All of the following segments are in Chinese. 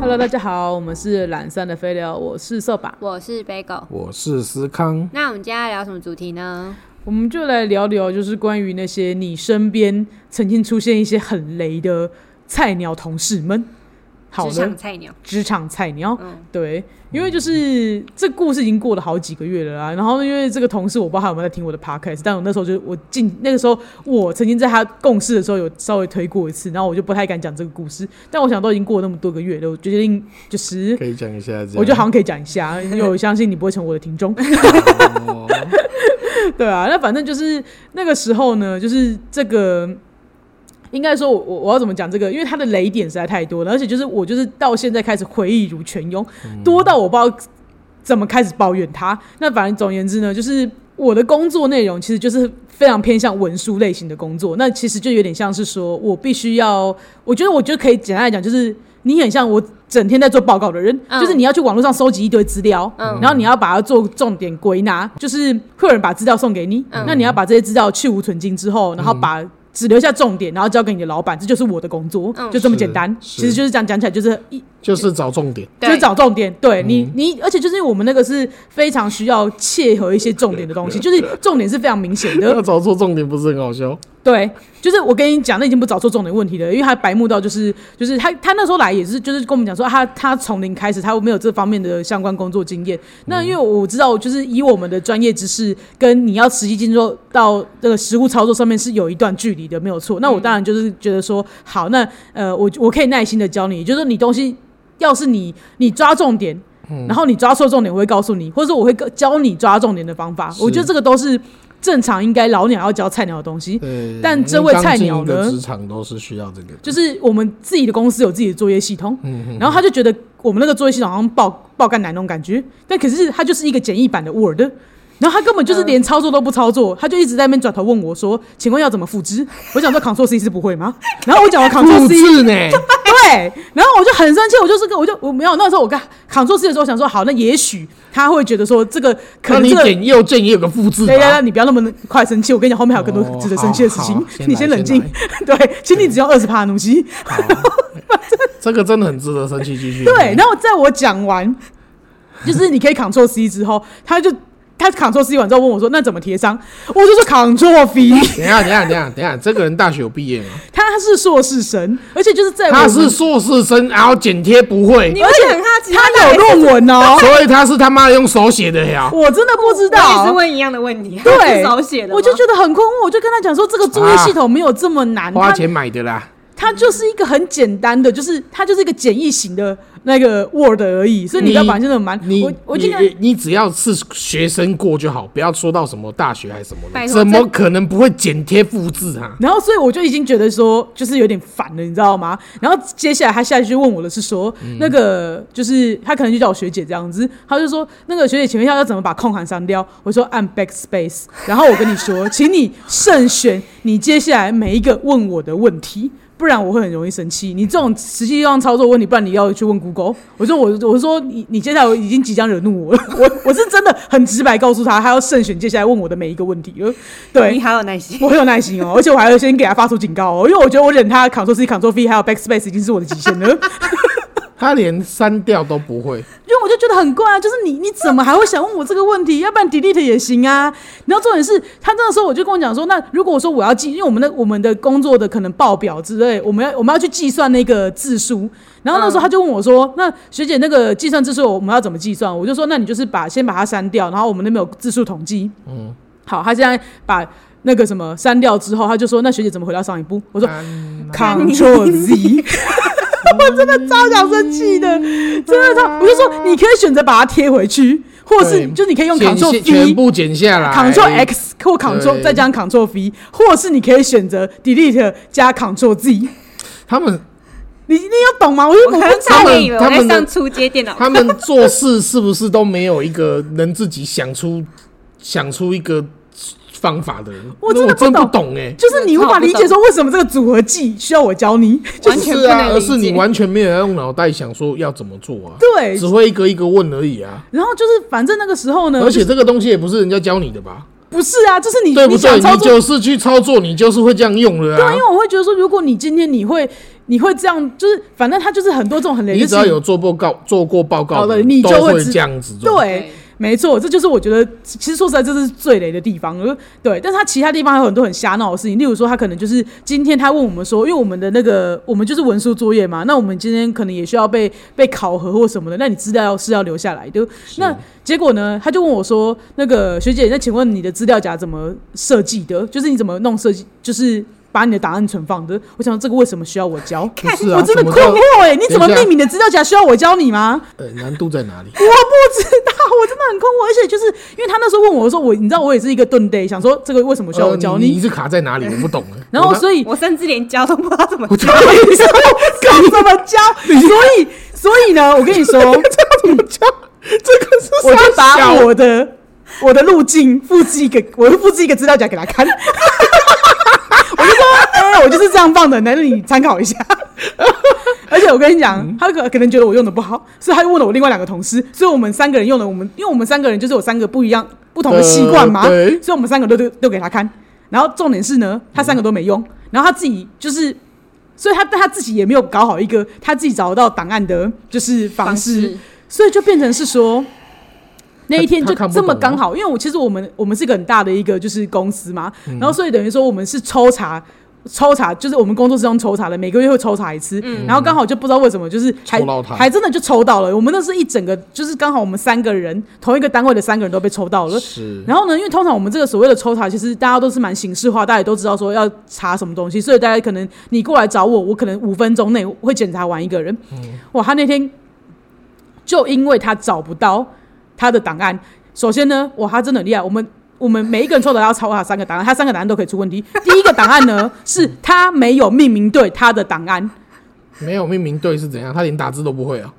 Hello，大家好，我们是懒散的飞聊，我是瘦吧，我是 Bagel。我是思康，那我们今天要聊什么主题呢？我们就来聊聊，就是关于那些你身边曾经出现一些很雷的菜鸟同事们。好职场的，菜鸟。职场菜鸟，嗯，对，因为就是这故事已经过了好几个月了啦。然后因为这个同事，我不知道他有没有在听我的 podcast，但我那时候就我进那个时候，我曾经在他共事的时候有稍微推过一次，然后我就不太敢讲这个故事。但我想都已经过了那么多个月了，我决定就是可以讲一下这样。哎我觉得好像可以讲一 下，因为我相信你不会成为我的听众。哦 对啊，那反正就是那个时候呢，就是这个。应该说我，我我要怎么讲这个？因为它的雷点实在太多了，而且就是我就是到现在开始回忆如泉涌，多到我不知道怎么开始抱怨它。那反正总而言之呢，就是我的工作内容其实就是非常偏向文书类型的工作。那其实就有点像是说我必须要，我觉得我觉得可以简单来讲，就是你很像我整天在做报告的人，嗯就是你要去网络上收集一堆资料，嗯然后你要把它做重点归纳，就是会有人把资料送给你，嗯那你要把这些资料去无存菁之后，然后嗯把。只留下重点，然后交给你的老板，这就是我的工作，嗯就这么是简单。是其实就是这样讲起来，就是一就是找重点，就是找重点，对嗯你，你，而且就是因为我们那个是非常需要切合一些重点的东西，就是重点是非常明显要的。找错重点不是很好笑？对，就是我跟你讲，那已经不找错重点问题了，因为他白目到就是就是他他那时候来也是就是跟我们讲说啊他他从零开始，他没有这方面的相关工作经验。那因为我知道，就是以我们的专业知识跟你要实际进入到这个实物操作上面是有一段距离的，没有嗯错。那我当然就是觉得说，好，那呃，我我可以耐心的教你，也就是说你东西要是你你抓重点，嗯然后你抓错重点，我会告诉你，或者说我会跟教你抓重点的方法。是我觉得这个都是正常应该老鸟要教菜鸟的东西。对，但这位菜鸟呢因为刚进一个职场都是需要这个的，就是我们自己的公司有自己的作业系统，嗯然后他就觉得我们那个作业系统好像爆爆干难那种感觉，但可是他就是一个简易版的 Word，然后他根本就是连操作都不操作，他就一直在那边转头问我说：“请问要怎么复制？”我想说 Ctrl C 是不会吗？然后我讲了 Ctrl 复 C， 制呢？对，然后我就很生气，我就是跟我就我没有那时候我跟 Ctrl C 的时候想说，好，那也许他会觉得说这个可那能你这个。点右键也有个复制对对吧对，？你不要那么快生气，我跟你讲，后面还有更多值得生气的事情，哦好好你先来冷静来。 对，请你只要二十趴的东西。好这个真的很值得生气，继续。对，然后在我讲完，就是你可以 Ctrl C 之后，他就他 Ctrl C 完之后问我说：“那怎么贴上？”我就说 Ctrl V。等一下，等一下，等一下，等一下，这个人大学有毕业吗？他是硕士生，而且就是在我他们是硕士生，然后剪贴不会，你而且很好奇，他有论文哦，所以他是他妈用手写的呀。 我真的不知我也是道。问一样的问题，对，手写的，我就觉得很困惑，我就跟他讲说，这个作业系统没有这么难，花他钱买的啦，它就是一个很简单的，就是它就是一个简易型的那个 Word 而已，所以你不要把这个瞒。你我我你今天你你只要是学生过就好，不要说到什么大学还是什么拜的，托怎么可能不会剪贴复制啊？然后，所以我就已经觉得说，就是有点烦了，你知道吗？然后接下来他下一句问我的是说，那个就是他可能就叫我学姐这样子，他就说那个学姐，请问一下要怎么把空行删掉？我说按 backspace。然后我跟你说，请你慎选你接下来每一个问我的问题。不然我会很容易生气。你这种实际上操作问题，不然你要去问 Google。我说我我说你你接下来已经即将惹怒我了。我我是真的很直白告诉他，他要慎选接下来问我的每一个问题了。对，你好有耐心。我很有耐心哦，而且我还要先给他发出警告哦，因为我觉得我忍他 Ctrl C Ctrl V 还有 Backspace 已经是我的极限了，因为他连删掉都不会，我就觉得很怪啊，就是你你怎么还会想问我这个问题？要不然 delete 也行啊。然后重点是他那时候我就跟我讲说，那如果我说我要记，因为我们的我们的工作的可能报表之类，我们要我们要去计算那个字数。然后那时候他就问我说，那学姐那个计算字数我们要怎么计算？我就说那你就是把先把它删掉，然后我们那边有字数统计。嗯，好，他现在把那个什么删掉之后，他就说：“那学姐怎么回到上一步？”我说：“Ctrl Z。”我真的超想生气的，真的超，我就说你可以选择把它贴回去，或者是对就你可以用剪 Ctrl 下全 V。部剪下来哎 Ctrl X 或 Ctrl 对再加 Ctrl V，或者是你可以选择 Delete 加 Ctrl Z，你他们你有懂吗？我就我我 不刚知差道点以为我他在们的上初阶电脑课，他们做事是不是都没有一个能自己想出想出一个方法的人？我真那的我不懂真不懂哎、就是你无法理解说为什么这个组合技需要我教你，就完全不是啊，能而理解。是你完全没有用脑袋想说要怎么做啊，对。只会一个一个问而已啊。然后就是反正那个时候呢，而且这个东西也不是人家教你的吧？不是啊，就是嗯你对不你对？想操你作，就是去操作，你就是会这样用了对啊，啊因。为我会觉得说，如果你今天你会你会这样，就是反正他就是很多这种很雷你的只要事情有做报告、做过报告好的人你就都会会知这样子做。对，没错，这就是我觉得，其实说实在，这是最雷的地方。呃对，但是他其他地方还有很多很瞎闹的事情，例如说，他可能就是今天他问我们说，因为我们的那个我们就是文书作业嘛，那我们今天可能也需要被被考核或什么的，那你资料是要留下来的。那结果呢，他就问我说，那个学姐，那请问你的资料夹怎么设计的？就是你怎么弄设计，就是。把你的答案存放的，我想这个为什么需要我教？不是啊我真的什么困叫惑哎、你怎么等一下命名的资料夹需要我教你吗？呃，难度在哪里？我不知道，我真的很困惑，而且就是因为他那时候问我的时候，我你知道我也是一个钝 day，想说这个为什么需要我呃 教你你？是卡在哪里？我不懂哎。 然后所以我甚至连教都不知道怎么教。你说我怎么教？所以所以呢，我跟你 说，怎么讲？这个是我就傻把小我的我的路径复制一个，我就复制一个资料夹给他看。 我就说，哎、我就是这样放的，难道你参考一下？ 而且我跟你讲，嗯他可可能觉得我用的不好，所以他就问了我另外两个同事，所以我们三个人用了我们，因为我们三个人就是有三个不一样不同的习惯嘛，呃对所以我们三个都都都给他看。然后重点是嗯呢，他三个都没用，然后他自己就是，所以他他自己也没有搞好一个他自己找到档案的，就是方方式，式所以就变成是说。那一天他就他看不这么懂刚吗好，因为我其实我们我们是一个很大的一个就是公司嘛，嗯然后所以等于说我们是抽查抽查，就是我们工作是用抽查的，每个月会抽查一次，嗯然后刚好就不知道为什么就是还嗯抽到他还真的就抽到了，我们那是一整个就是刚好我们三个人同一个单位的三个人都被抽到了，是然后呢，因为通常我们这个所谓的抽查，其实大家都是蛮形式化，大家也都知道说要查什么东西，所以大家可能你过来找我，我可能五分钟内会检查完一个人。哇，他那天就因为他找不到他的档案，首先呢，哇，他真的很厉害，我们。我们每一个人抽到要抽查三个档案，他三个档案都可以出问题。第一个档案呢，是他没有命名对他的档案，没有命名对是怎样？他连打字都不会啊。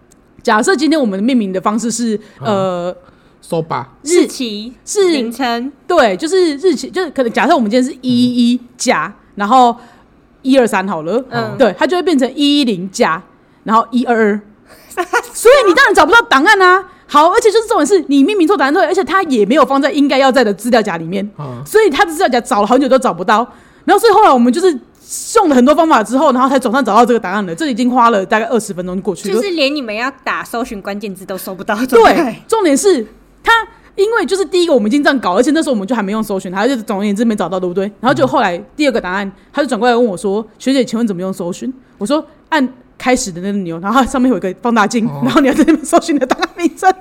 假设今天我们命名的方式是，呃，说吧，日日期是名称，对，就是日期，就是可能假设我们今天是一一加，然后一二三好了， 嗯，对，它就会变成一一零加，然后一二二，所以你当然找不到档案啊。好，而且就是重点是你命名错档案对，而且它也没有放在应该要在的资料夹里面，啊，所以他的资料夹找了很久都找不到。然后所以后来我们就是用了很多方法之后，然后才总算找到这个档案了。这已经花了大概二十分钟过去了，就是连你们要打搜寻关键字都搜不到的状对态。，重点是他，因为就是第一个我们已经这样搞，而且那时候我们就还没用搜寻，他就是总而言之没找到，对不对？然后就后来第二个答案，他就转过来问我说：“学姐，请问怎么用搜寻？”我说：“按开始的那个钮，然后它上面有一个放大镜，哦然后你要在那边搜寻你的档案名称。”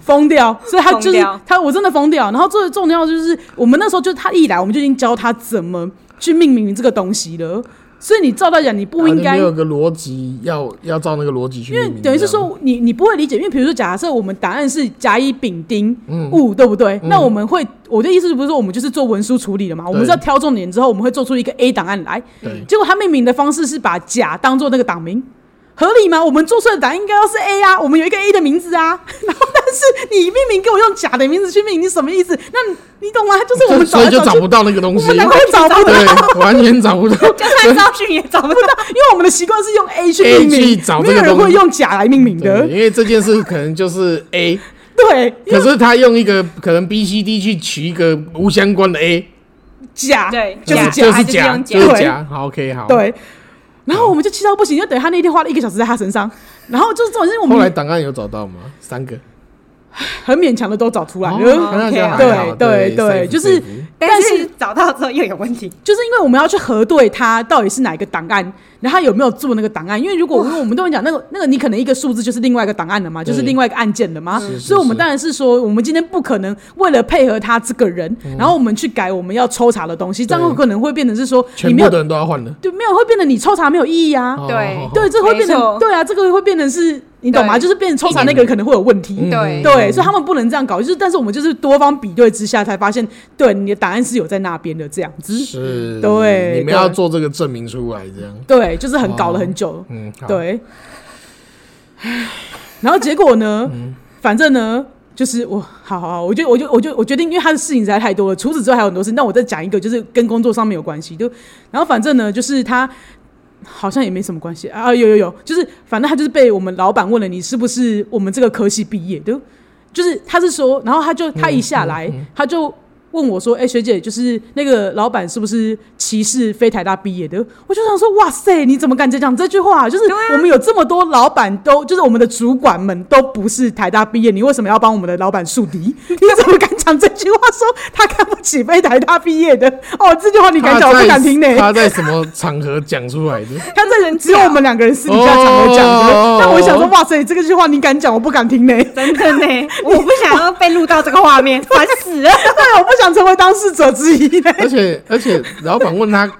疯掉，所以他就疯是掉他，我真的疯掉。然后最重要的就是，我们那时候就他一来，我们就已经教他怎么去命名这个东西了。所以你照道理讲，你不应啊该你没有个逻辑，要要照那个逻辑去因为命名等于是这样，说你你不会理解，因为比如说假设我们答案是甲乙丙丁嗯戊，对不对？嗯那我们会我的意思是不是说我们就是做文书处理的嘛？我们是要挑重点之后，我们会做出一个 A 档案来。对，结果他命名的方式是把甲当做那个档名，合理吗？我们做出来的档案应该要是 A 啊，我们有一个 A 的名字啊。 然后但是你命名给我用甲的名字去命名，你什么意思？那你你懂吗？就是我们找所来以就找找去，不到那个东我西，们难怪找不到，对，完全 找不到。就算搜寻也找不到。因为我们的习惯是用 A 去 A 命去名，找没这个有人东会西用甲来命名的对，。因为这件事可能就是 A，对，因可为是他用一个可能 B、C、D 去取一个无相关的 A，甲对，就是甲嗯就还是是假，用就假是对假。好，OK，好。，对，然后我们就气到不行，就等于他那一天花了一个小时在他身上，然后就是这种事情，我后来们档案有找到吗？三个。很勉强的都找出来哦了。那就还啊对好对对 safe，就是 safe 但但是是找到之后又有问题。就是因为我们要去核对他到底是哪一个档案，然后他有没有做那个档案。因为如果因为我们都会讲那个那个，你可能一个数字就是另外一个档案了嘛，就是对另外一个案件了嘛。是是所以我们是当然是说，我们今天不可能为了配合他这个人，然后我们去改我们要抽查的东西，这样对可能会变成是说你全没部有的人都要换了。对没有会变得你抽查没有意义啊。哦对好好对，这会变没错成对啊，这个会变成是你懂吗？对就是变成抽查那个人可能会有问题。嗯对对，所以他们不能这样搞，就是但是我们就是多方比对之下才发现，对你的答案是有在那边的这样子，是，对你们对要做这个证明出来，这样，对，就是很搞了很久，嗯，好，对。然后结果呢？嗯反正呢，就是我，好好好，我就我就我就我决定，因为他的事情实在太多了，除此之外还有很多事。那我再讲一个，就是跟工作上面有关系，就然后反正呢，就是他好像也没什么关系啊啊，有有有，就是反正他就是被我们老板问了，你是不是我们这个科系毕业的？就是他是说，然后他就他一下来，他就问我说：“哎、学姐，就是那个老板是不是歧视非台大毕业的？”我就想说：“哇塞，你怎么敢讲这句话？就是我们有这么多老板都，就是我们的主管们都不是台大毕业，你为什么要帮我们的老板树敌？ 你怎么敢讲这句话？说他看不起非台大毕业的？哦，这句话你敢讲，我不敢听呢、他在什么场合讲出来的？ 他在啊人只有我们两个人私底下场合讲的哦，但我想说，哇塞，这个句话你敢讲，我不敢 听呢、真的呢，我不想要被录到这个画面，烦死了。对，啊我不想成为当事者之一呢、而且而且，老板问他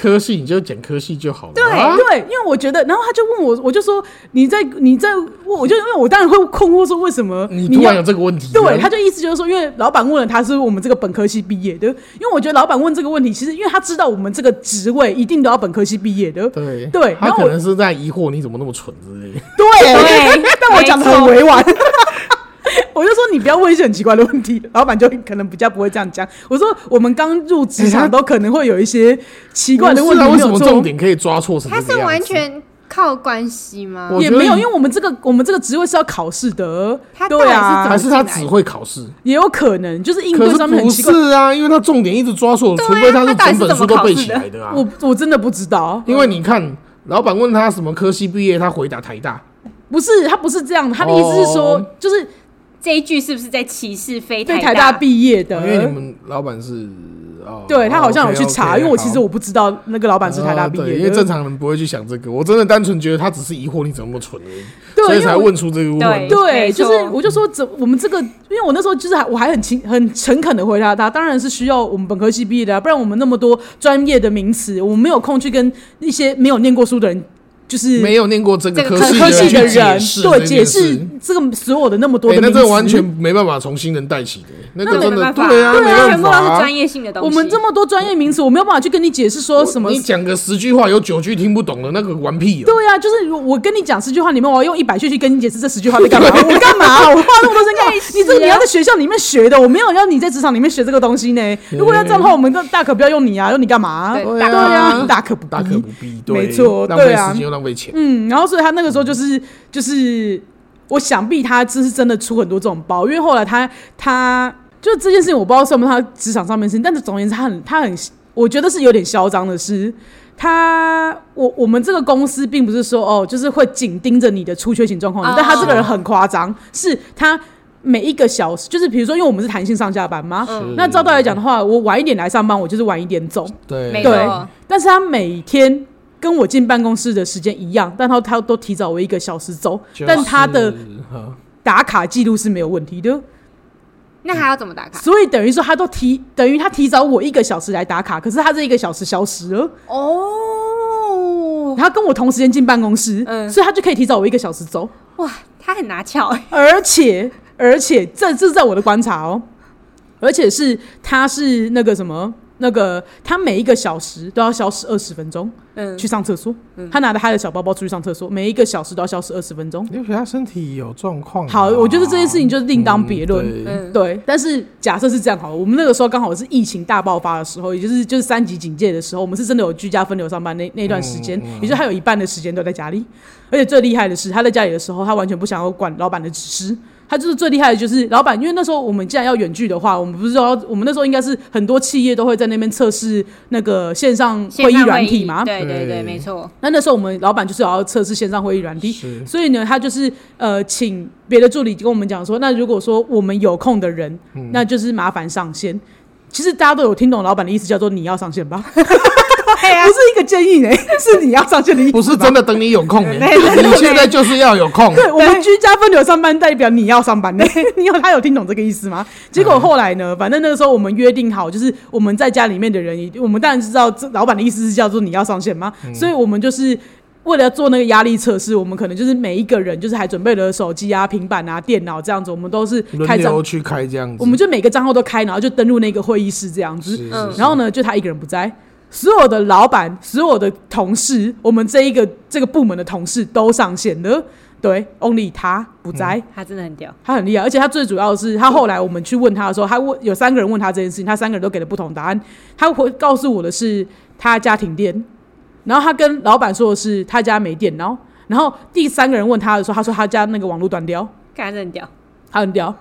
科系，你就讲科系就好了。啊 对，因为我觉得，然后他就问我，我就说你在你在，我我就因为我当然会困惑说为什么你突要然有这个问题，对，他就意思就是说，因为老板问了他是不是我们这个本科系毕业的，因为我觉得老板问这个问题，其实因为他知道我们这个职位一定都要本科系毕业的，对对他然后可我能是在疑惑你怎么那么蠢之类 的。对， 对但我讲的没很错委婉。 我就说你不要问一些很奇怪的问题，老板就可能比较不会这样讲。我说我们刚入职哎场他啊都可能会有一些奇奇怪的问题，为没什有么做重点可以抓错成这他个是样完子全靠关系吗？我也觉得没有，你因为我们这个我们这个职位是要考试的他，到底对是啊，还是他只会考试？也有可能就是应可对是上面很不奇怪。是啊，因为他重点一直抓错，除非是整本书都背起来的啊。我我真的不知道，因为你看，老板问他什么科系毕业，他回答台大。不是他不是这样的，他的意思是说，哦就是这一句是不是在歧视非被台台大毕业的哦因，为你们老板是哦，对他好像有去 OK，OK，查，因为我其实好我不知道那个老板是台大毕啊对业因为的正，常人不会去想这个。我真的单纯觉得他只是疑惑你怎么那么蠢而已，对所以因为才我问出这个问对题。对，没就错是我就说怎我们这个，因为我那时候就是还我还很勤很诚恳的回答他，当然是需要我们本科系毕业的、啊，不然我们那么多专业的名词，我们没有空去跟一些没有念过书的人。就是没有念过这个科科系科系的去人释，对这解件释事。这个所有的那么多对，的哎那名这词，个完全没办法从新人带起的，那个真没的办法，对啊，没全办部法都是啊。专业性的东西。我们这么多专业名词，我没有办法去跟你解释说什么你。讲个十句话，有九句听不懂的那个玩屁哦。对啊呀、就是我跟你讲十句话，你们我要用一百句去跟你解释这十句话在干嘛？我干嘛？我花那么多时间干嘛？你这个你要在学校里面学的，我没有要你在职场里面学这个东西呢。如果要这样的话，我们大可不要用你啊，用你干嘛？对对大可呀，大可不大可不必，对，没错浪费对啊时间又浪费钱。嗯，然后所以他那个时候就是就是，呃我想必他这是真的出很多这种包，因为后来他他就这件事情我不知道算不算他职场上面的事情，但是总而言之他很他很，我觉得是有点嚣张的是。他，我我们这个公司并不是说哦，就是会紧盯着你的出缺勤状况哦但他这个人很夸张，是他每一个小时，就是比如说，因为我们是弹性上下班嘛，嗯那照道理来讲的话，我晚一点来上班，我就是晚一点走，对没对错，但是他每天跟我进办公室的时间一样，但他他都提早我一个小时走，就是但他的啊打卡记录是没有问题的，啊那还要怎么打卡？所以等于说他都提等于他提早我一个小时来打卡，可是他这一个小时消失了，哦，他跟我同时间进办公室，嗯所以他就可以提早我一个小时走，哇，他很拿翘 哎，而且而且这这是在我的观察哦，而且是他是那个什么那个他每一个小时都要消失二十分钟。嗯，去上厕所，他拿着他的小包包出去上厕所，每一个小时都要消失二十分钟。也许他身体有状况啊。好，我觉得这件事情就是另当别论。嗯对嗯对，但是假设是这样好了，我们那个时候刚好是疫情大爆发的时候，也就是就是三级警戒的时候，我们是真的有居家分流上班那那段时嗯间，也就是他有一半的时间都在家里，而且最厉害的是他在家里的时候，他完全不想要管老板的指示。他就是最厉害的，就是老板，因为那时候我们既然要远距的话，我们不是说要我们那时候应该是很多企业都会在那边测试那个线上线会议上软体嘛，对对对对，没错，那那时候我们老板就是有要测试线上会议软体，是所以呢，他就是呃，请别的助理跟我们讲说，那如果说我们有空的人，嗯那就是麻烦上线。其实大家都有听懂老板的意思，叫做你要上线吧， 对啊不，是一个建议呢， 是你要上线的意思吧。不是真的等你有 空欸，对对对你现在就是要有空。对我们居家分流上班，代表你要上 班呢。嗯你有他有听懂这个意思吗？结果后来呢，反正那个时候我们约定好，就是我们在家里面的人一定，我们当然知道这老板的意思是叫做你要上线嘛，所以我们就是。为了做那个压力测试，我们可能就是每一个人就是还准备了手机啊、平板啊、电脑这样子，我们都是开轮账流，去开这样子，我们就每个账号都开，然后就登录那个会议室这样子。是嗯然后呢，就他一个人不在，所有的老板、所有的同事，我们这一个这个部门的同事都上线了。对，only 他不在，嗯他真的很屌，他很厉害，而且他最主要的是，他后来我们去问他的时候，他问有三个人问他这件事情，他三个人都给了不同答案。他回告诉我的是他家停电，然后他跟老板说的是他家没电，然后然后第三个人问他的时候，他说他家那个网络断掉，看他真的很屌，他很屌。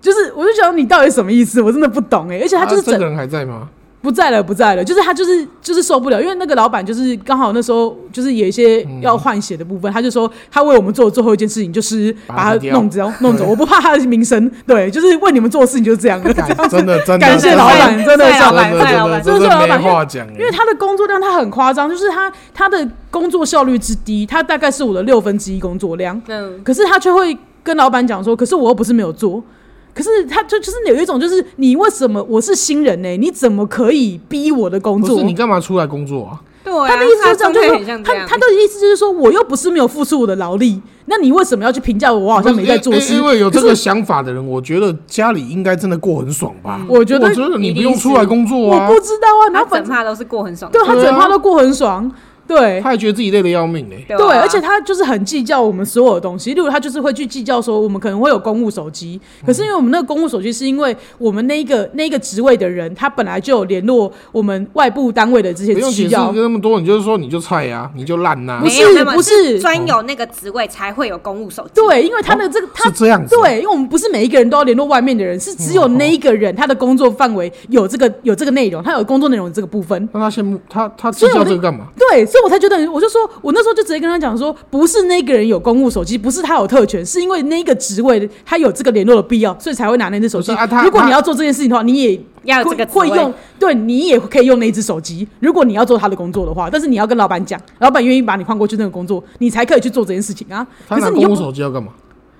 就是我就想你到底什么意思？我真的不懂哎、而且他就是啊这整个人还 在吗？不在了，不在了，就是他就是就是受不了，因为那个老板就是刚好那时候就是有一些要换血的部分，他就说他为我们做的最后一件事情就是把把他他掉弄走弄走，我不怕他的名声，对，就是为你们做的事情就是这 样的，这样哎真的真的，感谢老板真的对是老真板，的对老真的板，真真的是老的板没话讲欸，因为他的工作量他很夸张，就是他他的工作效率之低，他大概是我的六分之一工作量，嗯，可是他却会跟老板讲说，可是我又不是没有做。可是他就就是有一种，就是你为什么我是新人呢、欸你怎么可以逼我的工不作？哦是你干嘛出来工作啊？对啊，他的意思就是这样，他中间就是很说像这他样，他的意思就是说，我又不是没有付出我的劳力，那你为什么要去评价我？我好像没在做因为事。因为有这可个是想法的人，我觉得家里应该真的过很爽吧？嗯我觉得我觉得你不用出来工作我啊，不知道啊，然他后反整正趴都是过很爽的，对他对啊整趴都过很爽，对。他也觉得自己累得要命欸嘞。对对，啊而且他就是很计较我们所有的东西，例如他就是会去计较说我们可能会有公务手机，可是因为我们那个公务手机是因为我们那一个那一个职位的人，他本来就有联络我们外部单位的这些不用解需释要，那么多，你就是说你就菜呀、你就烂呐、不没有是那么不是，专有那个职位才会有公务手机，对，因为他的这个他是这样子。，对，因为我们不是每一个人都要联络外面的人，是只有那一个人他的工作范围有这个有这个内容，他有工作内容的这个部分。那他羡慕他他计所以较我就这个干嘛？对，所以我才觉得，我就说，我那时候就直接跟他讲说，不是那个人有公务手机，不是他有特权，是因为那个职位他有这个联络的必要，所以才会拿那只手机。不是啊他如果他你要做这件事情的话，你也要有会这个职会位用，对你也可以用那只手机。如果你要做他的工作的话，但是你要跟老板讲，老板愿意把你换过去那个工作，你才可以去做这件事情啊。他可拿是你又公务不手机要干嘛？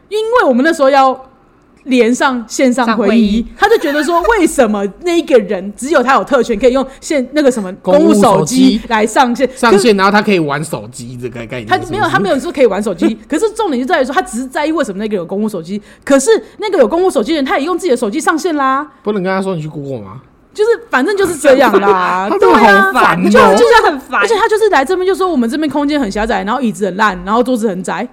因为我们那时候要连上线上会议上会议，他就觉得说，为什么那一个人只有他有特权可以用线那个什么公公务务手手机机来上线？上可是线，然后他可以玩手机这个概念。他是不没有，是他没有说可以玩手机，可是重点就在于说，他只是在意为什么那个有公务手机，可是那个有公务手机的人，他也用自己的手机上线啦，不能跟他说你去 Google 吗？就是反正就是这样啦他，真对的啊好，烦就哦就真是的很烦而且，他就是来这边就说我们这边空间很狭窄，然后椅子很烂，然后桌子很窄，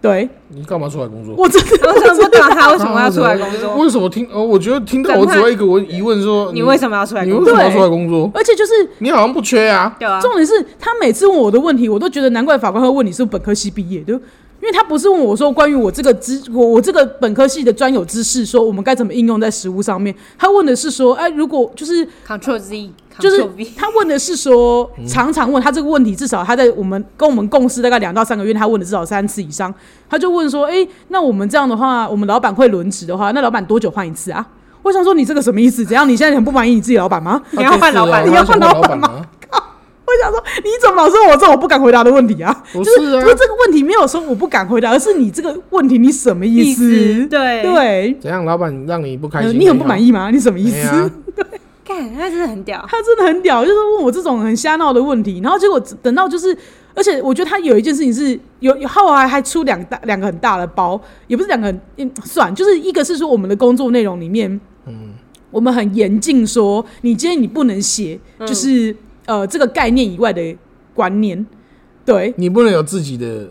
对你干嘛出来工作？我真的 我真的不懂他为什么要出来工作，为什么听？呃， 我觉得听到我只有一个我疑问说，你为什么要出来你工为作？什么要对出来工作？而且就是你好像不缺啊。对啊，重点是他每次问我的问题，我都觉得难怪法官会问你是不是本科系毕业的，因为他不是问我说关于我这个知我我这个本科系的专有知识，说我们该怎么应用在实务上面。他问的是说，哎，如果就是 Ctrl Z，就是，Ctrl V，他问的是说，常常问他这个问题，至少他在我们跟我们共事大概两到三个月，他问了至少三次以上。他就问说，哎、那我们这样的话，我们老板会轮值的话，那老板多久换一次啊？我想说你这个什么意思？怎样？你现在很不满意你自己老板吗？你要换老板他就是啊 你要换他想老板吗吗？我想说，你怎么老是问我这种我不敢回答的问题啊？不就是啊不是这个问题没有说我不敢回答，而是你这个问题你什么意思？意思对对、怎样？老板让你不开呃心？你很不满意？意吗？你什么意没思啊？干，他真的很屌，他真的很屌，就是问我这种很瞎闹的问题，然后结果等到就是，而且我觉得他有一件事情是有有后来还出两大两个很大的包，也不是两个很嗯算，就是一个是说我们的工作内容里面，嗯，我们很严禁说你今天你不能写，就是、呃这个概念以外的观念，对，你不能有自己的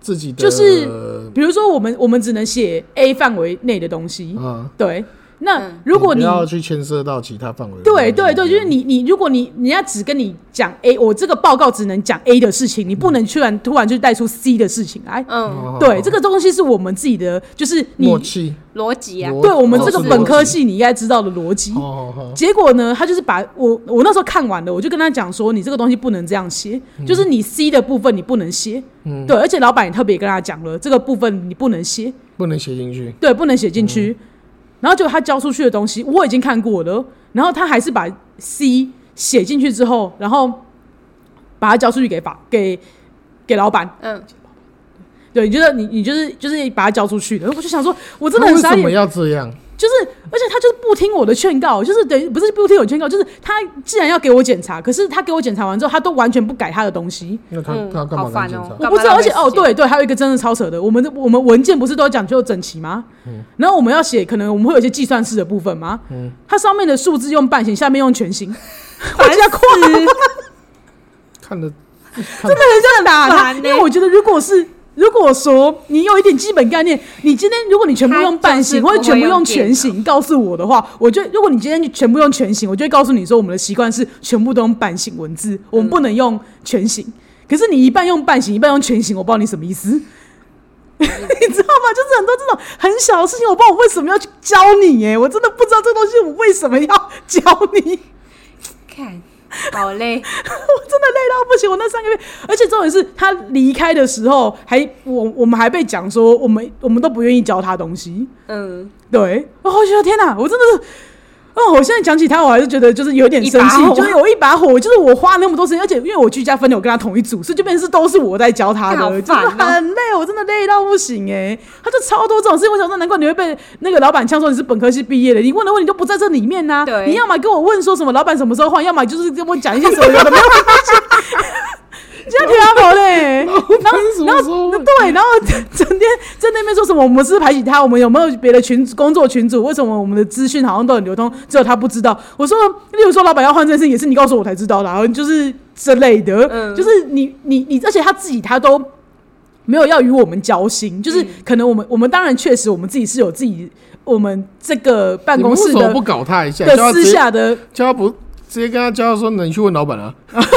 自己的，就是比如说我们我们只能写 A 范围内的东西，啊，对。那嗯如果你你不要去牵涉到其他范围。对对对，就是你你，如果你人家只跟你讲 A，我这个报告只能讲 A 的事情，你不能突然突然就带出 C 的事情来。嗯，哦对，这个东西是我们自己的，就是你默契，逻辑啊，逻对我们这个哦是本科逻辑系你应该知道的逻辑。哦哦结果呢，他就是把我我那时候看完了，我就跟他讲说，你这个东西不能这样写，就是你 C 的部分你不能写，嗯对，而且老板也特别跟他讲了，这个部分你不能写，哦不能写进去。对，不能写进去。嗯然后就他交出去的东西，我已经看过了，然后他还是把 C 写进去之后，然后把它交出去给法给给老板。嗯，对，你觉得你你就是就是把它交出去的，我就想说，我真的他很为傻什么眼，要这样？就是而且他就是不听我的劝告，就是等于不是不听我劝告，就是他既然要给我检查，可是他给我检查完之后，他都完全不改他的东西，那他嗯他干嘛好烦跟检查哦？我干不嘛知道，浪而费且哦，时间对对，还有一个真的超扯的，我们的我们文件不是都要讲究整齐吗？嗯然后我们要写，可能我们会有一些计算式的部分吗？它上面的数字用半形，下面用全形，我觉得夸真的看 的很打他，烦因欸为我觉得如果是。如果说你有一点基本概念，你今天如果你全部它用半就是形不或者全会部用用电全形告诉我的话，我觉得如果你今天全部用全形，我就会告诉你说我们的习惯是全部都用半形文字，我嗯们不能用全形。可是你一半用半形，一半用全形，我不知道你什么意思。 你知道吗？就是很多这种很小的事情，我不知道我为什么要去教你耶，我真的不知道这个东西我为什么要教你。看，好累， 我真的累到不行，我那三个月，而且重点是他离开的时候还我我们还被讲说我们我们都不愿意教他东西，嗯，对，哦我好觉得天哪，我真的是。哦，我现在讲起他，我还是觉得就是有点生一把气，火就是有一把火，就是我花那么多时间，而且因为我居家分流跟他同一组，所以就变成是都是我在教他的，好真烦的哦很累，我真的累到不行哎、他就超多这种事情，我想说难怪你会被那个老板呛说你是本科系毕业的，你问的问题都不在这里面呐、对你要么跟我问说什么老板什么时候换，要么就是跟我讲一些什么有的没有 的东 西，这样挺好的、欸。然后然后 对，然后整天在那边说什么我们是排挤他，我们有没有别的群工作群组？为什么我们的资讯好像都很流通，只有他不知道？我说，例如说老板要换这件事情，也是你告诉我才知道的、啊，就是之类的，嗯就是你你你，而且他自己他都。没有要与我们交心，就是可能我们、我们当然确实我们自己是有自己我们这个办公室你为什么的不搞他一下，叫的他直私接下的叫他不直接跟他叫他说，那你去问老板啊。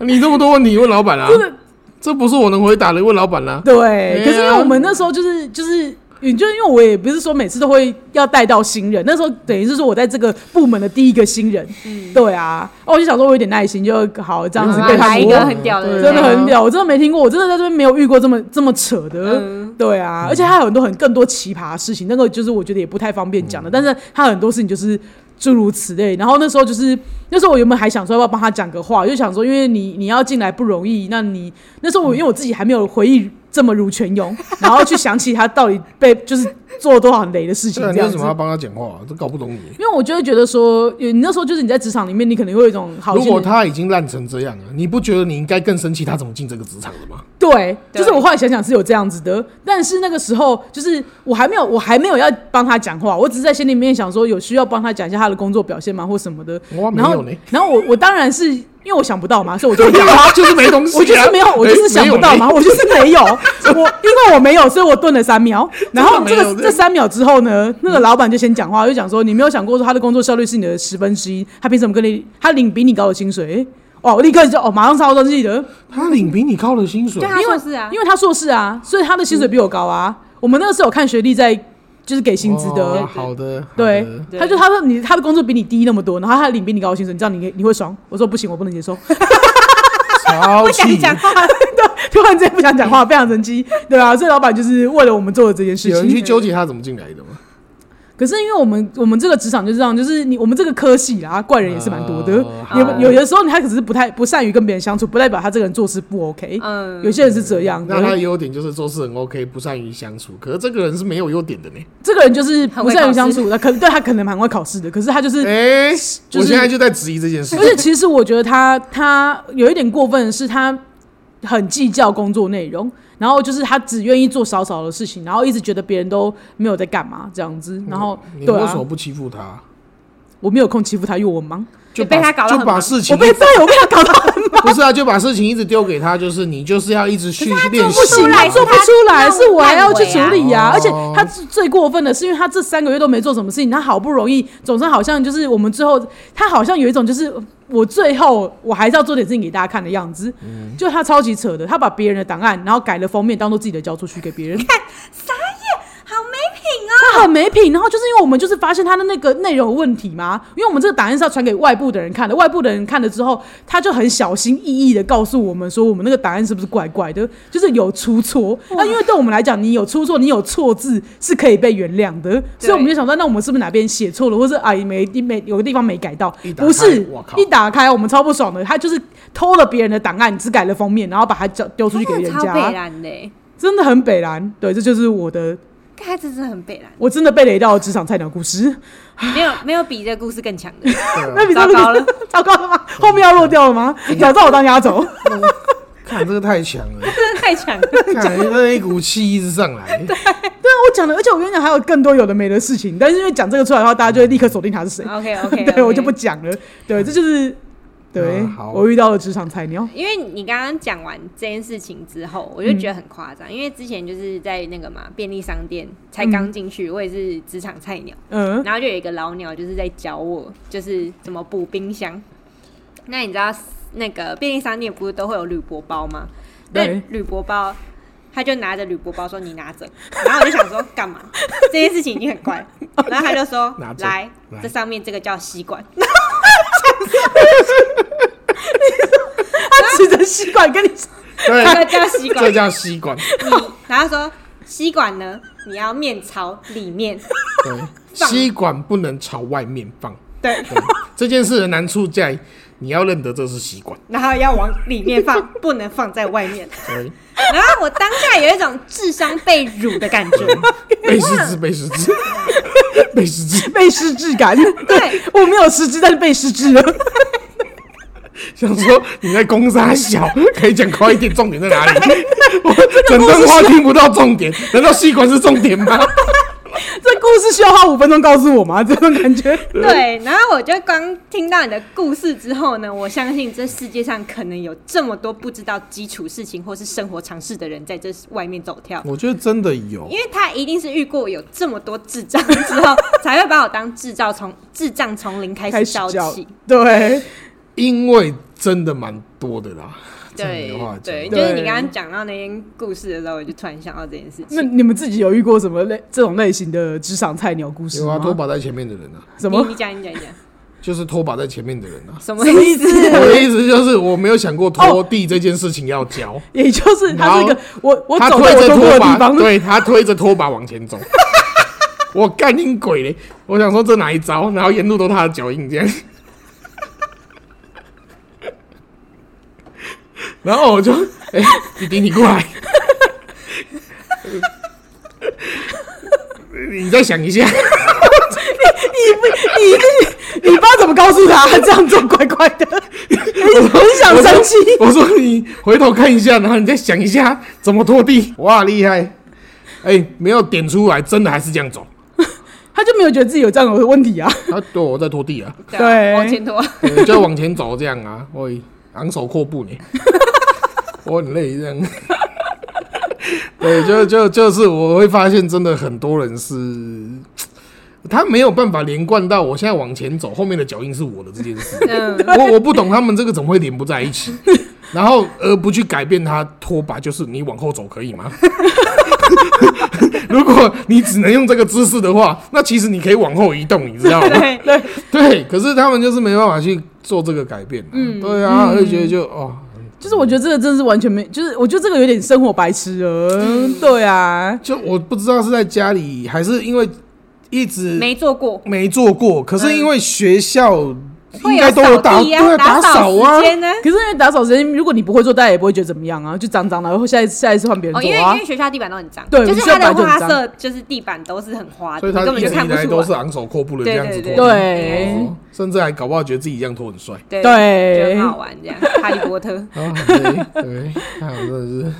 你这么多问题问老板啊？真的这不是我能回答的，问老板啦、 对，对可是因为啊我们那时候就是就是。也就是因为我也不是说每次都会要带到新人，那时候等于是说我在这个部门的第一个新人，嗯对啊，哦，我就想说我有点耐心，就好这样子好被啦他嗯来一磨个很屌的，对真的很啊屌，我真的没听过，我真的在这边没有遇过这么这么扯的。嗯对啊，而且他有很多很更多奇葩的事情，那个就是我觉得也不太方便嗯讲的，但是他很多事情就是。诸如此类，然后那时候就是那时候我原本还想说要不要帮他讲个话，我就想说因为你你要进来不容易，那你那时候我因为我自己还没有回忆这么如泉涌，然后去想起他到底被就是做了多少很雷的事情对啊，这你为样什子么。要帮他讲话、啊？都搞不懂你。因为我就会觉得说，你那时候就是你在职场里面，你可能会有一种好如心果人他已经烂成这样了，你不觉得你应该更生气他怎么进这个职场 的吗？对，对就是我后来想想是有这样子的，但是那个时候就是我还没有，我还没有要帮他讲话，我只是在心里面想说有需要帮他讲一下他的工作表现吗，或什么的。哇，没然后有呢，，然后我我当然是因为我想不到嘛，所以我就 对呀，就是没东西、啊，我就是没有，我就是想不到嘛，哎我就是没有，我因为我没有，所以我顿了三秒。然后这真的没有个这三秒之后呢，那个老板就先讲话，就讲说你没有想过说他的工作效率是你的十分之一，他凭什么跟你他领比你高的薪水？哦，我立刻就哦，马上超生气的。他领比你高的薪水对，啊，硕士啊因，为他硕士啊，所以他的薪水比我高啊。我们那个时候有看学历在，就是给薪资的。哦好的，对 好的，对他就他说你他的工作比你低那么多，然后他领比你高的薪水，你知道你你会爽？我说不行，我不能接受。 超不想气。讲话，突然之间不想讲话，非常生气，对吧、所以老板就是为了我们做的这件事有人情。去纠结他怎么进来的吗？可是因为我们我们这个职场就是这样，就是你我们这个科系啦，怪人也是蛮多的。哦有有的时候你他可是不太不善于跟别人相处，不代表他这个人做事不 OK、嗯，有些人是这样的，那他的优点就是做事很 OK，不善于相处。可是这个人是没有优点的呢。这个人就是不很会善于考相试处的，可对他可能蛮会考试的，可是他就是哎、就是我现在就在质疑这件事而。且其实我觉得他他有一点过分的是，他很计较工作内容，然后就是他只愿意做少少的事情，然后一直觉得别人都没有在干嘛这样子，然后、你对为啊什么，不欺负他？我没有空欺负他，因为我忙，就你被把他搞得就很把忙事情我被对我被他搞到很忙，不是啊，就把事情一直丢给他，就是你就是要一直去练习不啊。行啊，来做不出来，他是我还要去处理呀、烂尾啊而且他最最过分的是，因为他这三个月都没做什么事情，他好不容易，总之好像就是我们最后，他好像有一种就是我最后我还是要做点事情给大家看的样子，就他超级扯的，他把别人的档案然后改了封面，当做自己的交出去给别人，好没品啊，他很没品。然后就是因为我们就是发现他的那个内容有问题嘛，因为我们这个档案是要传给外部的人看的，外部的人看了之后，他就很小心翼翼的告诉我们说，我们那个档案是不是怪怪的，就是有出错。那因为对我们来讲，你有出错，你有错字是可以被原谅的，所以我们就想说，那我们是不是哪边写错了，或是啊没没有个地方没改到一？打开不是哇，靠一打开我们超不爽的，他就是偷了别人的档案，只改了封面，然后把它交丢出去给真的人超北家，蓝的，真的很北蓝。对，这就是我的。看他真是很北蓝，我真的被雷到的职场菜鸟故事，没有没有比这个故事更强的，啊那比糟糕了， 糟糕了吗？后面要落掉了吗？挑战我当压轴， 看这个太强了，真的太强了，看那一股气一直上来。对啊，我讲的，而且我跟你讲，还有更多有的没的事情，但是因为讲这个出来的话，大家就会立刻锁定他是谁。 OK 啊 OK， 对我就不讲了。对，这就是对、啊好我遇到了职场菜 鸟。因为你刚刚讲完这件事情之后，我就觉得很夸嗯张，因为之前就是在那个嘛便利商店才刚进去，我也是职场菜鸟，嗯，然后就有一个老鸟就是在教我，就是怎么补冰箱。那你知道那个便利商店不是都会有铝箔包吗？那对铝箔包他就拿着铝箔包说你拿着， 然后我就想说干嘛？这件事情已经很怪， 然后他就说哦拿着来来，这上面这个叫吸 管， 他指着吸管跟你说，对，这个叫吸管这，叫吸 管，你 然后说吸管呢，你要面朝里面， 对，吸管不能朝外面放。对，这件事的难处在你要认得这是吸管，然后要往里面放，不能放在外面。 对，然后我当下有一种智商被辱的感 觉，被失之，被失之，被失之，被失智感。 对，我没有失智，但是被失智了。 想说你在攻杀小，可以讲快一点，重点在哪里？ 我整段话听不到重 点，难道吸管是重点吗？这故事需要花五分钟告诉我吗？这 种感觉，对。然后我就刚听到你的故事之后呢，我相信这世界上可能有这么多不知道基础事情或是生活常识的人在这外面走跳。 我觉得真的有因为他一定是遇过有这么多智障之 后，才会把我当智障从智障从零开开始始教叫起。对，因为真的蛮多的啦。这样对没话讲对，对就是你刚刚讲到那件故事的时候，我就突然想到这件事那情。你们自己有遇过什么类这种类型的职场菜鸟故事有啊，吗？拖把在前面的人啊，什你么你讲你讲你讲，就是拖把在前面的人啊。什么什么意意思？思？我的意思就是，我没有想哦过拖地这件事情要教。也就是他是一个我我他走推在我着走过拖的把地，方，对他推着拖把往 前走。我干你鬼嘞！我想说这哪一招，然后沿路都他的脚印这样。然后我就，哎、弟弟你过来，你再想 一下，你不你你不知道怎么告诉他，他这样做怪怪 的，你很想生气。我说你回头看一下，然后你再想一下怎么拖地。哇，厉害！哎、没有点出来，真的还是这样走。他就没有觉得自己有这样的问题啊。啊，对，我在拖地啊。对对啊，往前拖。对就往前走这样啊， 喂，昂首阔步呢， 我很累这样。 对，就就就是我会发现，真的很多人是，他没有办法连贯到我现在往前走，后面的脚印是我的这件事， 嗯，我我不懂他们这个怎么会连不在一起， 然后而不去改变它拖把，就是你往后走可以吗？ 如果你只能用这个姿势的话，那其实你可以往后移动，你知道吗？对对， 对，可是他们就是没办法去做这个改变、嗯，对啊，就觉得就哦，就是我觉得这个真的是完全没，就是我觉得这个有点生活白痴了。嗯对啊，就我不知道是在家里还是因为一直没做过，没做过，可是因为学校会应该都有打扫对地啊啊，打扫扫啊时，间呢。可是因为打扫时间，如果你不会做，大家也不会觉得怎么样啊，就脏脏的，然后下一次下一次换别人哦，因做为啊因为。学校地板都很脏，对就是它我们学校本的来花就很色，就是地板都是很花的，啊所以你他根一本就直看以不来都出是啊来。昂首阔步的这样子拖对对地，对哦甚至还搞不好觉得自己这样拖很帅对对就很好玩这样。哈利波特。啊， 对对，啊，真的是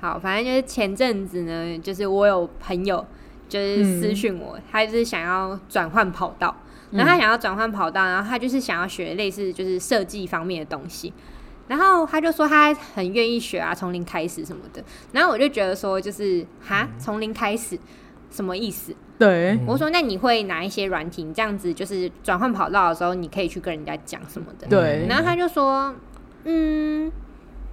好，反正就是前阵子呢，就是我有朋友就是私讯我，他就是想要转换跑道，然后他想要转换跑道，然后他就是想要学类似就是设计方面的东西。然后他就说他很愿意学啊，从零开始什么的。然后我就觉得说，就是哈，从零开始什么意思？对，我说那你会哪一些软体？你这样子就是转换跑道的时候，你可以去跟人家讲什么的。对然后他就说，嗯，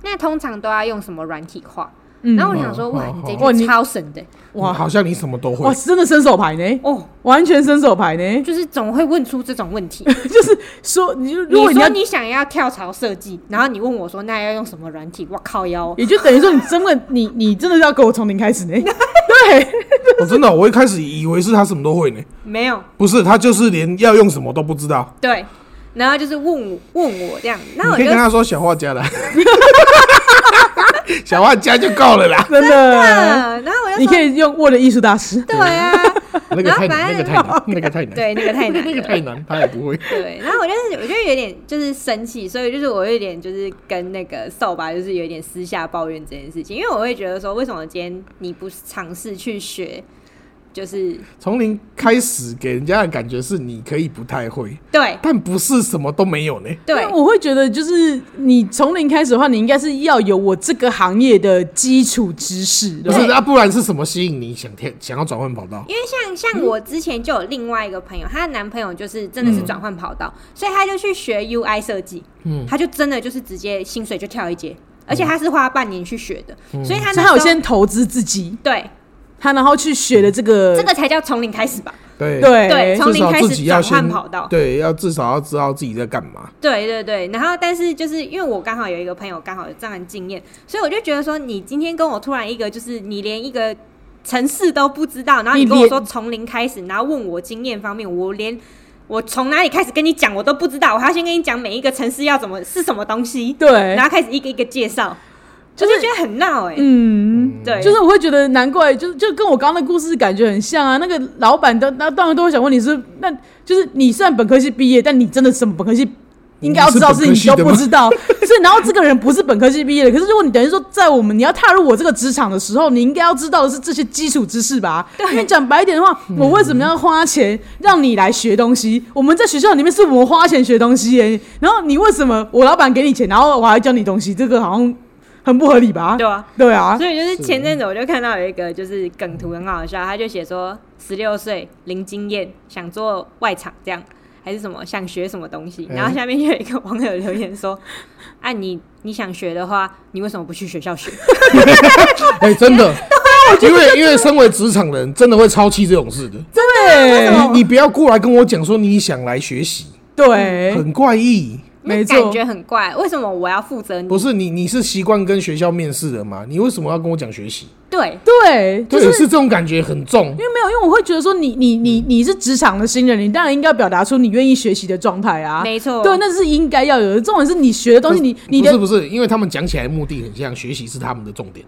那通常都要用什么软体化？嗯然，后我想说，哦哇，哦你这哦你句超神的哇，哇好像你什么都哇，会，真的伸手牌呢，哦，完全伸手牌呢， 就是怎么会问出这种问题？就是说，你就如你果你要说你想要跳槽设计，然后你问我说，那要用什么软体？我靠腰，哦也就等于说你真的你你真的是要跟我从零开 始呢？对，我哦真的我一开始以为是他什么都会呢，没有，不是，他就是连要用什么都不知道。对。然后就是问我问我这样，然后我你可以就跟他说小画家啦， 小画家就够了 啦。真的，嗯，然后我就你说，可以用 Word 艺术大师，对啊，那个然后太反难，那正个太难，那个太难，对，那个太难 那个了。太难，他也不会。 对，然后我就是我就有点就是生气，所以就是我有点就是跟那个扫把就是有点私下抱怨这件事情，因为我会觉得说，为什么今天你不尝试去学？就是从零开始给人家的感觉是你可以不太会，对但不是什么都没有呢。对那我会觉得，就是你从零开始的话，你应该是要有我这个行业的基础知识，不对吧是，那、不然是什么吸引你想跳想要转换跑道？因为像像我之前就有另外一个朋友，她的男朋友就是真的是转换嗯跑道，所以他就去学 UI 设计，嗯，他就真的就是直接薪水就跳一阶，而且他是花半年去学的，嗯所以他所那以他有时候先投资自己，对他然后去学的这个这个才叫从零开始吧？对对对，从哎至零少开自始己要转换先跑道。对，要至少要知道自己在干 嘛。对对对，然后但是就是因为我刚好有一个朋友刚好有这样的经验，所以我就觉得说，你今天跟我突然一个就是你连一个城市都不知道，然后你你跟我连说从零开始，然后问我经验方面，我连我从哪里开始跟你讲我都不知道，我还要先跟你讲每一个城市要怎么是什么东西，对然，后开始一个一个介绍，就就是是觉得很闹哎、嗯。对，就是我会觉得难怪，就就跟我刚刚的故事感觉很像啊。那个老板的，那当然都会想问你是，那就是你虽然本科系毕业，但你真的什么本科系应该要知道事情你都不知道。所以，然后这个人不是本科系毕业的，可是如果你等于说在我们你要踏入我这个职场的时候，你应该要知道的是这些基础知识吧？因为讲白一点的话，我为什么要花钱让你来学东西？我们在学校里面是我们花钱学东西耶、然后你为什么我老板给你钱，然后我还教你东西？这个好像很不合理吧？对啊。对啊，所以就是前阵子我就看到有一个就是梗图很好笑，他就写说十六岁零经验想做外场这样，还是什么想学什么东西，哎嗯然后下面就有一个网友留言说：“啊你你想学的话，你为什么不去学校学？哎、真的，啊因为因为身为职场人，真的会超气这种事的。对你你不要过来跟我讲说你想来学习，对，嗯很怪异。 没那错感觉很怪，为什么我要负责你不？是你你是习惯跟学校面试的吗？你为什么要跟我讲学习？对对，就对，是是这种感觉很重。因为没有，因为我会觉得说你你你你是职场的新人，你当然应该表达出你愿意学习的状态啊。没错，对，那是应该要有的。重点是你学的东西，你你不是的不是，因为他们讲起来目的很像，学习是他们的重点。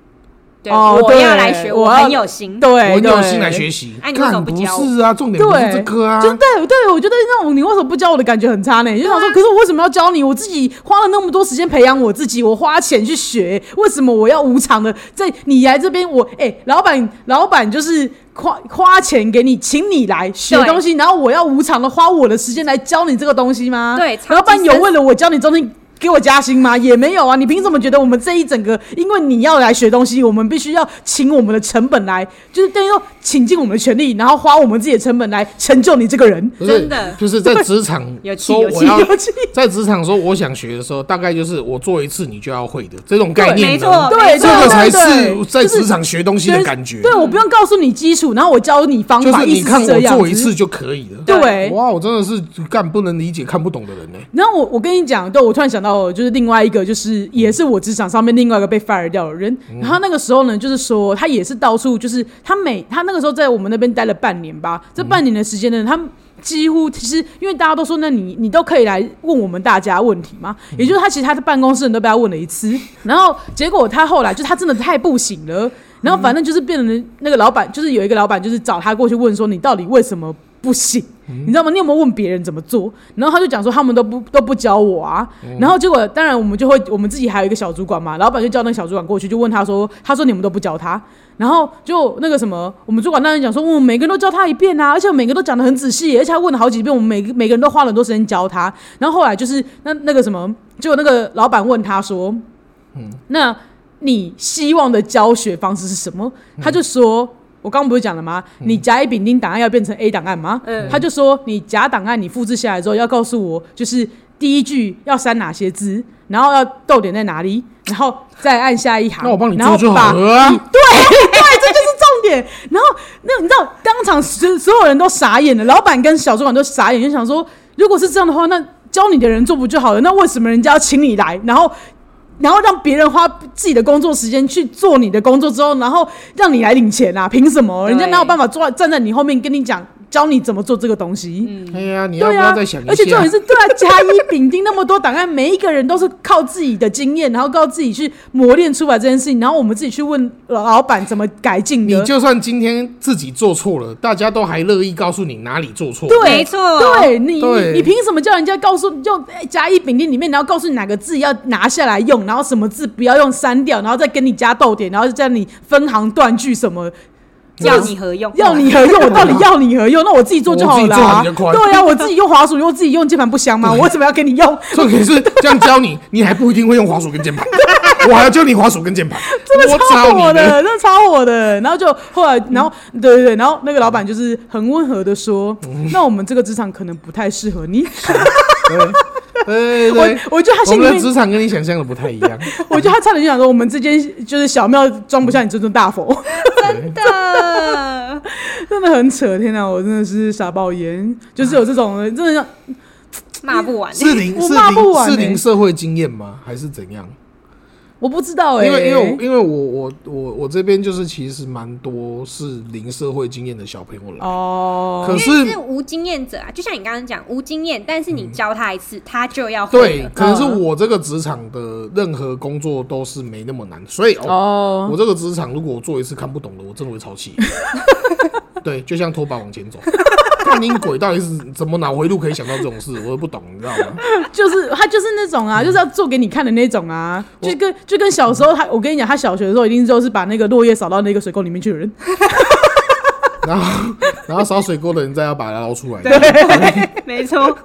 对哦我对要来学，我我要很有心。对，我有对心来学。习，哎你为什么干不不教我是啊，重点不是这个啊。就对对，我觉得那种你为什么不教我的感觉很差呢？就啊想说，可是我为什么要教你？我自己花了那么多时间培养我自己，我花钱去学，为什么我要无偿的在你来这边？我哎、老板，老板就是花花钱给你，请你来学对东西，然后我要无偿的花我的时间来教你这个东西吗？对老板超级有生为了我教你东西。给我加薪吗？也没有啊！你凭什么觉得我们这一整个，因为你要来学东西，我们必须要请我们的成本来，就是等于说请尽我们的权利，然后花我们自己的成本来成就你这个人。不是真的就是在职场有气说有我气要有气在职场说我想学的时候，大概就是我做一次你就要会的这种概对念。没错对，这个才是对在职。对场学东西就的是感觉。对，我不用告诉你基础，然后我教你方就法，是意你思看是这我样做一子次就可以了。对，哇，我真的是干不能理解、看不懂的人呢、然后我我跟你讲，对我突然想到，就是另外一个，就是也是我职场上面另外一个被 fire 掉的人。然后那个时候呢，就是说他也是到处，就是他每他那个时候在我们那边待了半年吧，这半年的时间呢，他几乎其实因为大家都说，那你你都可以来问我们大家问题嘛，也就是他其实他的办公室人都被他问了一次，然后结果他后来就他真的太不行了。然后反正就是变成那个老板，就是有一个老板，就是找他过去问说，你到底为什么不行？你知道吗？你有没有问别人怎么做？然后他就讲说他们都不都不教我啊。然后结果当然我们就会我们自己还有一个小主管嘛，老板就叫那个小主管过去，就问他说，他说你们都不教他。然后就那个什么，我们主管当然讲说，我们每个人都教他一遍啊，而且我每个人都讲的很仔细，而且他问了好几遍，我们每个每个人都花了很多时间教他。然后后来就是那那个什么，结果那个老板问他说，嗯，那你希望的教学方式是什么？他就说。我刚刚不是讲了吗？你甲乙丙丁档案要变成 A 档案吗？嗯他就说你甲档案你复制下来之后要告诉我，就是第一句要删哪些字，然后要逗点在哪里，然后再按下一行。那我帮你然后做就把好了啊。这就是重点。然后那你知道，当场所所有人都傻眼了，老板跟小主管都傻眼，就想说，如果是这样的话，那教你的人做不就好了？那为什么人家要请你来？然后。然后让别人花自己的工作时间去做你的工作之后，然后让你来领钱啊？凭什么？人家对哪有办法坐站在你后面跟你讲，教你怎么做这个东西？哎呀，你要对不啊要再想一，下？而且重点是，对啊，甲乙丙丁那么多档案，每一个人都是靠自己的经验，然后靠自己去磨练出来这件事情，然后我们自己去问老老板怎么改进的。你就算今天自己做错了，大家都还乐意告诉你哪里做错。对，没错对你，对你你凭什么叫人家告诉就哎甲乙丙丁里面，然后告诉你哪个字要拿下来用，然后什么字不要用删掉，然后再跟你加逗点，然后再叫你分行断句什么，要你何用？要你何用？我到底要你何用？那我自己做就好了、啊。我自己做很愉快对呀、我自己用滑鼠，我自己用键盘不香吗？我为什么要给你 用？重点是这样教你，你还不一定会用滑鼠 跟键盘，我还要教你滑鼠跟键盘，真的我超火操你的，真的！的超火的。然后就后来，然后、对对对，然后那个老板嗯就是很温和的说：“那我们这个职场可能不太适合你。”对对对我对，我觉得他我心里们的面职场跟你想象的不太 一样。我觉得他差点就想说，我们之间就是小庙装不下你这尊大佛， 真的，真的很扯。天哪，我真的是傻爆眼，就是有这种人真的像骂不完。是零我是骂不零完是欸零社会经验吗？还是怎样？我不知道哎、因为因为我因为我我我我这边就是其实蛮多是零社会经验的小朋友来，哦，可因为是是无经验者啊，就像你刚刚讲无经验，但是你嗯教他一次，他就要会对了，。可能是我这个职场的任何工作都是没那么难，所以哦，哦我这个职场如果我做一次看不懂的，我真的会 超气。对，就像拖把往前走，看你鬼到底是怎么脑回路可以想到这种事，我也不懂，你知道吗？就是他就是那种啊，就是要做给你看的那种啊，我就跟就跟小时候他，我跟你讲，他小学的时候一定就是把那个落叶扫到那个水沟里面去的 人，然后然后烧水沟的人再要把它捞出来，没哎错，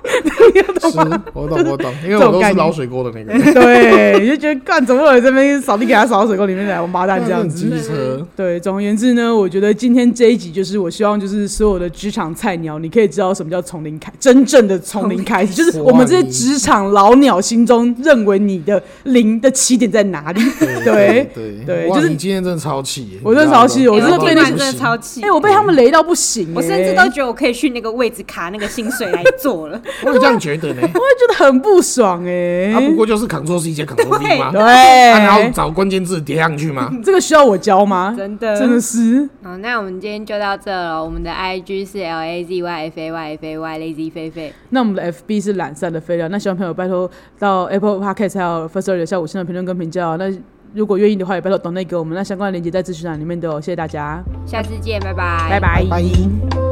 是，我懂我懂，因为我都是捞水沟的那 个。对，你就觉得干怎么有人这边扫地给他扫到水沟里面来，王八蛋这样子很。机车，对，总而言之呢，我觉得今天这一集就是我希望就是所有的职场菜鸟，你可以知道什么叫从零开，真正的从零开始，就是我们这些职场老鸟心中认为你的零的起点在哪里。 对，对对哇就是你今天真的超气耶，我真的你知道吗超气我我真的被听那完真的超气哎、，我被他们雷到不行、欸我甚至都觉得我可以去那个位置卡那个薪水来做了。我也这样觉得呢。我会觉得很不爽 哎、啊，不过就是 Ctrl C 加 Ctrl V 嘛，对，啊，然后找关键字叠上去嘛。这个需要我教吗？真的真的是， 好，那我们今天就到这了。我们的 IG 是 L A Z Y F A Y F A Y Lazy 菲菲。那我们的 FB 是懒散的废料，那希望朋友拜托到 Apple Podcast 还有 First Story 留下五星的评论跟评价哦。那如果愿意的话，也拜托懂内给我们。那相关的链接在资讯栏里面都有，谢谢大家，下次见，拜拜拜拜。